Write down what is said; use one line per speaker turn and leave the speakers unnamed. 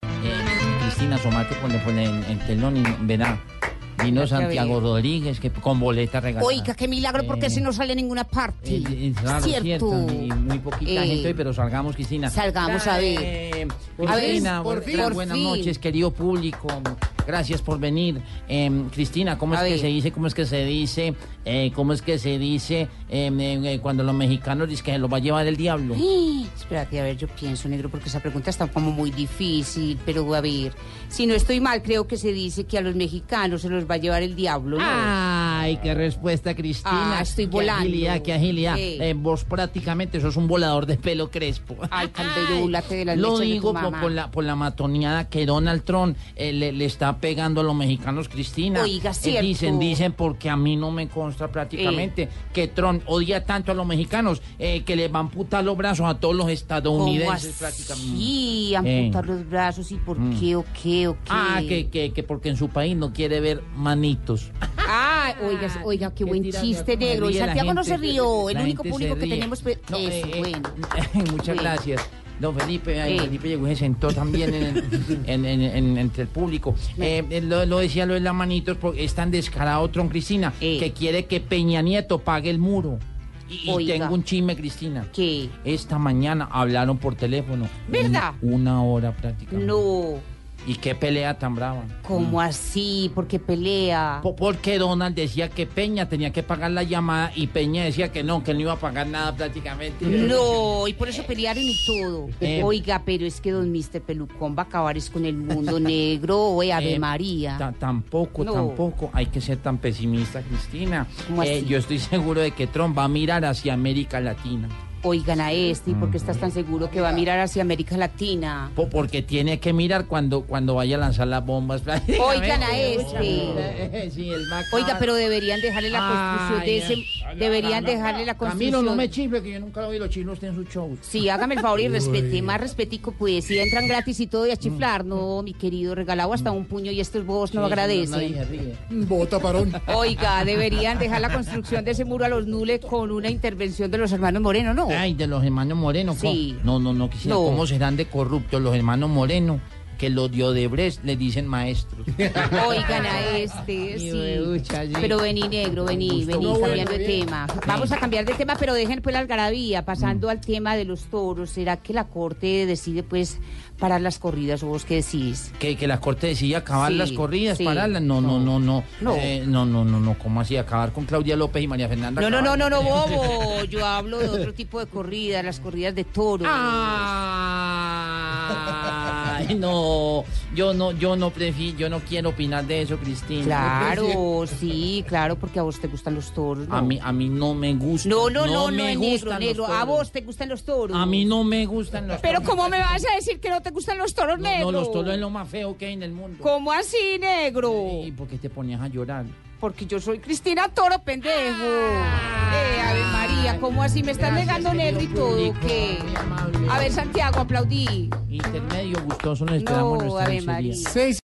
Eh, Cristina Somate cuando pone en, en telón y verá. Vino
Ya te
Santiago
vi.
Rodríguez que con boleta regalada.
Oiga, qué milagro, porque
Eh,
ese no sale en ninguna parte.
es- es raro,
cierto.
Y muy poquita
Eh,
gente hoy, pero salgamos, Cristina.
salgamos, a ver.
Eh,
Por
Cristina,
fin, por
bu-
fin.
eh,
Por
buenas
fin.
noches, querido público. Gracias por venir. Eh, Cristina, ¿cómo es
A
que
ver.
se dice? ¿Cómo es que se dice? Eh, ¿Cómo es que se dice eh, eh, cuando los mexicanos dicen que se los va a llevar el diablo?
Ay, Espérate, a ver, yo pienso, negro, porque esa pregunta está como muy difícil, pero a ver, si no estoy mal, creo que se dice que a los mexicanos se los va a llevar el diablo, ¿no?
Ah, Ay, qué respuesta, Cristina.
Ah, estoy
Qué
volando.
agilidad, qué agilidad.
Sí.
Eh, vos prácticamente sos un volador de pelo crespo.
Ay, Calderón, búlate de las
Lo
mechas de tu
digo por,
mamá.
por la, por la matoneada que Donald Trump eh, le, le está pegando a los mexicanos, Cristina.
Oiga,
Eh,
cierto.
dicen, dicen, porque a mí no me consta prácticamente que Trump odia tanto a los mexicanos eh, que le van a amputar los brazos a todos los estadounidenses prácticamente. Eh. Mm.
Sí, amputar los brazos y por qué o qué o qué.
Ah, que, que, que porque en su país no quiere ver manitos.
Ah, oiga, oiga, qué buen
Mentira,
chiste,
mira,
negro. Y
ríe la
Santiago no se
gente.
rió, el
La
único
gente se
público que
ríe.
tenemos fue
No,
eso,
eh, eh,
bueno.
Muchas
Bueno.
gracias. Don Felipe, ay,
Eh.
Felipe llegó y se sentó también en, en- en- en- entre el público. Eh, eh, lo, lo decía lo de las manitos, porque es tan descarado, Tron Cristina,
Eh.
que quiere que Peña Nieto pague el muro. Y, y
Oiga.
tengo un chisme, Cristina.
¿Qué?
Esta mañana hablaron por teléfono.
¿Verdad?
Un- Una, hora prácticamente.
No,
¿Y qué pelea tan brava?
¿cómo así? ¿Por qué pelea?
Mm. Po- Porque Donald decía que Peña tenía que pagar la llamada y Peña decía que no, que él no iba a pagar nada prácticamente.
No, y por eso pelearon y todo.
Eh.
Oiga, pero es que don Mr. Pelucón va a acabar es con el mundo negro, oye, Ave
Eh,
María.
ta- tampoco,
No.
tampoco. Hay que ser tan pesimista, Cristina.
¿Cómo
Eh,
así?
yo estoy seguro de que Trump va a mirar hacia América Latina.
Oigan a este, ¿y por qué estás tan
Mm.
seguro que va a mirar hacia América Latina?
Po- porque tiene que mirar cuando, cuando vaya a lanzar las bombas.
Oigan a este.
eh, Sí, él va a acabar.
Oiga, pero deberían dejarle la construcción
Ah. Ay,
de ese...
ay,
Deberían
Camilo,
dejarle la construcción...
Camilo, no me chifle, que yo nunca lo oí los chinos en sus shows.
Sí, hágame el favor y respete, más respetico pues, si entran gratis y todo y a chiflar, no, mi querido, regalado hasta un puño y estos bobos no
Mm. Sí, nadie
agradecen.
se ríe.
Bota parón.
Oiga, deberían dejar la construcción de ese muro a los nules con una intervención de los hermanos Moreno, ¿no?
Ay, de los hermanos Moreno. ¿cómo?
Sí.
No, no, no, quisiera.
No.
¿Cómo serán de corruptos los hermanos Moreno? Que los de Odebrecht le dicen maestros.
Oigan a este,
Mi
sí.
bebucha, sí.
Pero vení, negro, vení,
Gusto.
vení,
No, bueno,
cambiando de
bien.
tema. Vamos a cambiar de tema, pero dejen pues la algarabía,
Mm.
pasando al tema de los toros. ¿Será que la corte decide pues parar las corridas o vos qué decís?
Que, que la corte decía acabar
Sí,
las corridas,
sí.
pararlas. No, no, no, no.
No.
Eh, no, no, no, no. ¿Cómo así? Acabar con Claudia López y María Fernanda.
No, no, no,
Cabal.
no, no, bobo. Yo hablo de otro tipo de corridas, las corridas de toros.
Ah. Ay, no. Yo no, yo no prefiero, yo no quiero opinar de eso, Cristina.
Claro, sí, claro, porque a vos te gustan los toros. ¿no?
A mí, a mí no me gusta.
No, no, no, no,
me
es negro,
gustan los
negro. A
toros.
vos te gustan los toros.
A mí no me gustan los
Pero
toros.
¿cómo me vas a decir que no te gustan los toros
No,
negros?
no, los toros es lo más feo que hay en el mundo.
¿Cómo así, negro?
¿Y por qué te ponías a llorar?
Porque yo soy Cristina Toro, pendejo. Eh, Ave María, ¿cómo así? Me estás
Ah. Gracias,
negando
querido
negro y todo.
público,
¿Qué?
muy amable.
A ver, Santiago, aplaudí.
Intermedio gustoso, nos esperamos en
No,
nuestra
Ave
dulcería.
María.
Seis.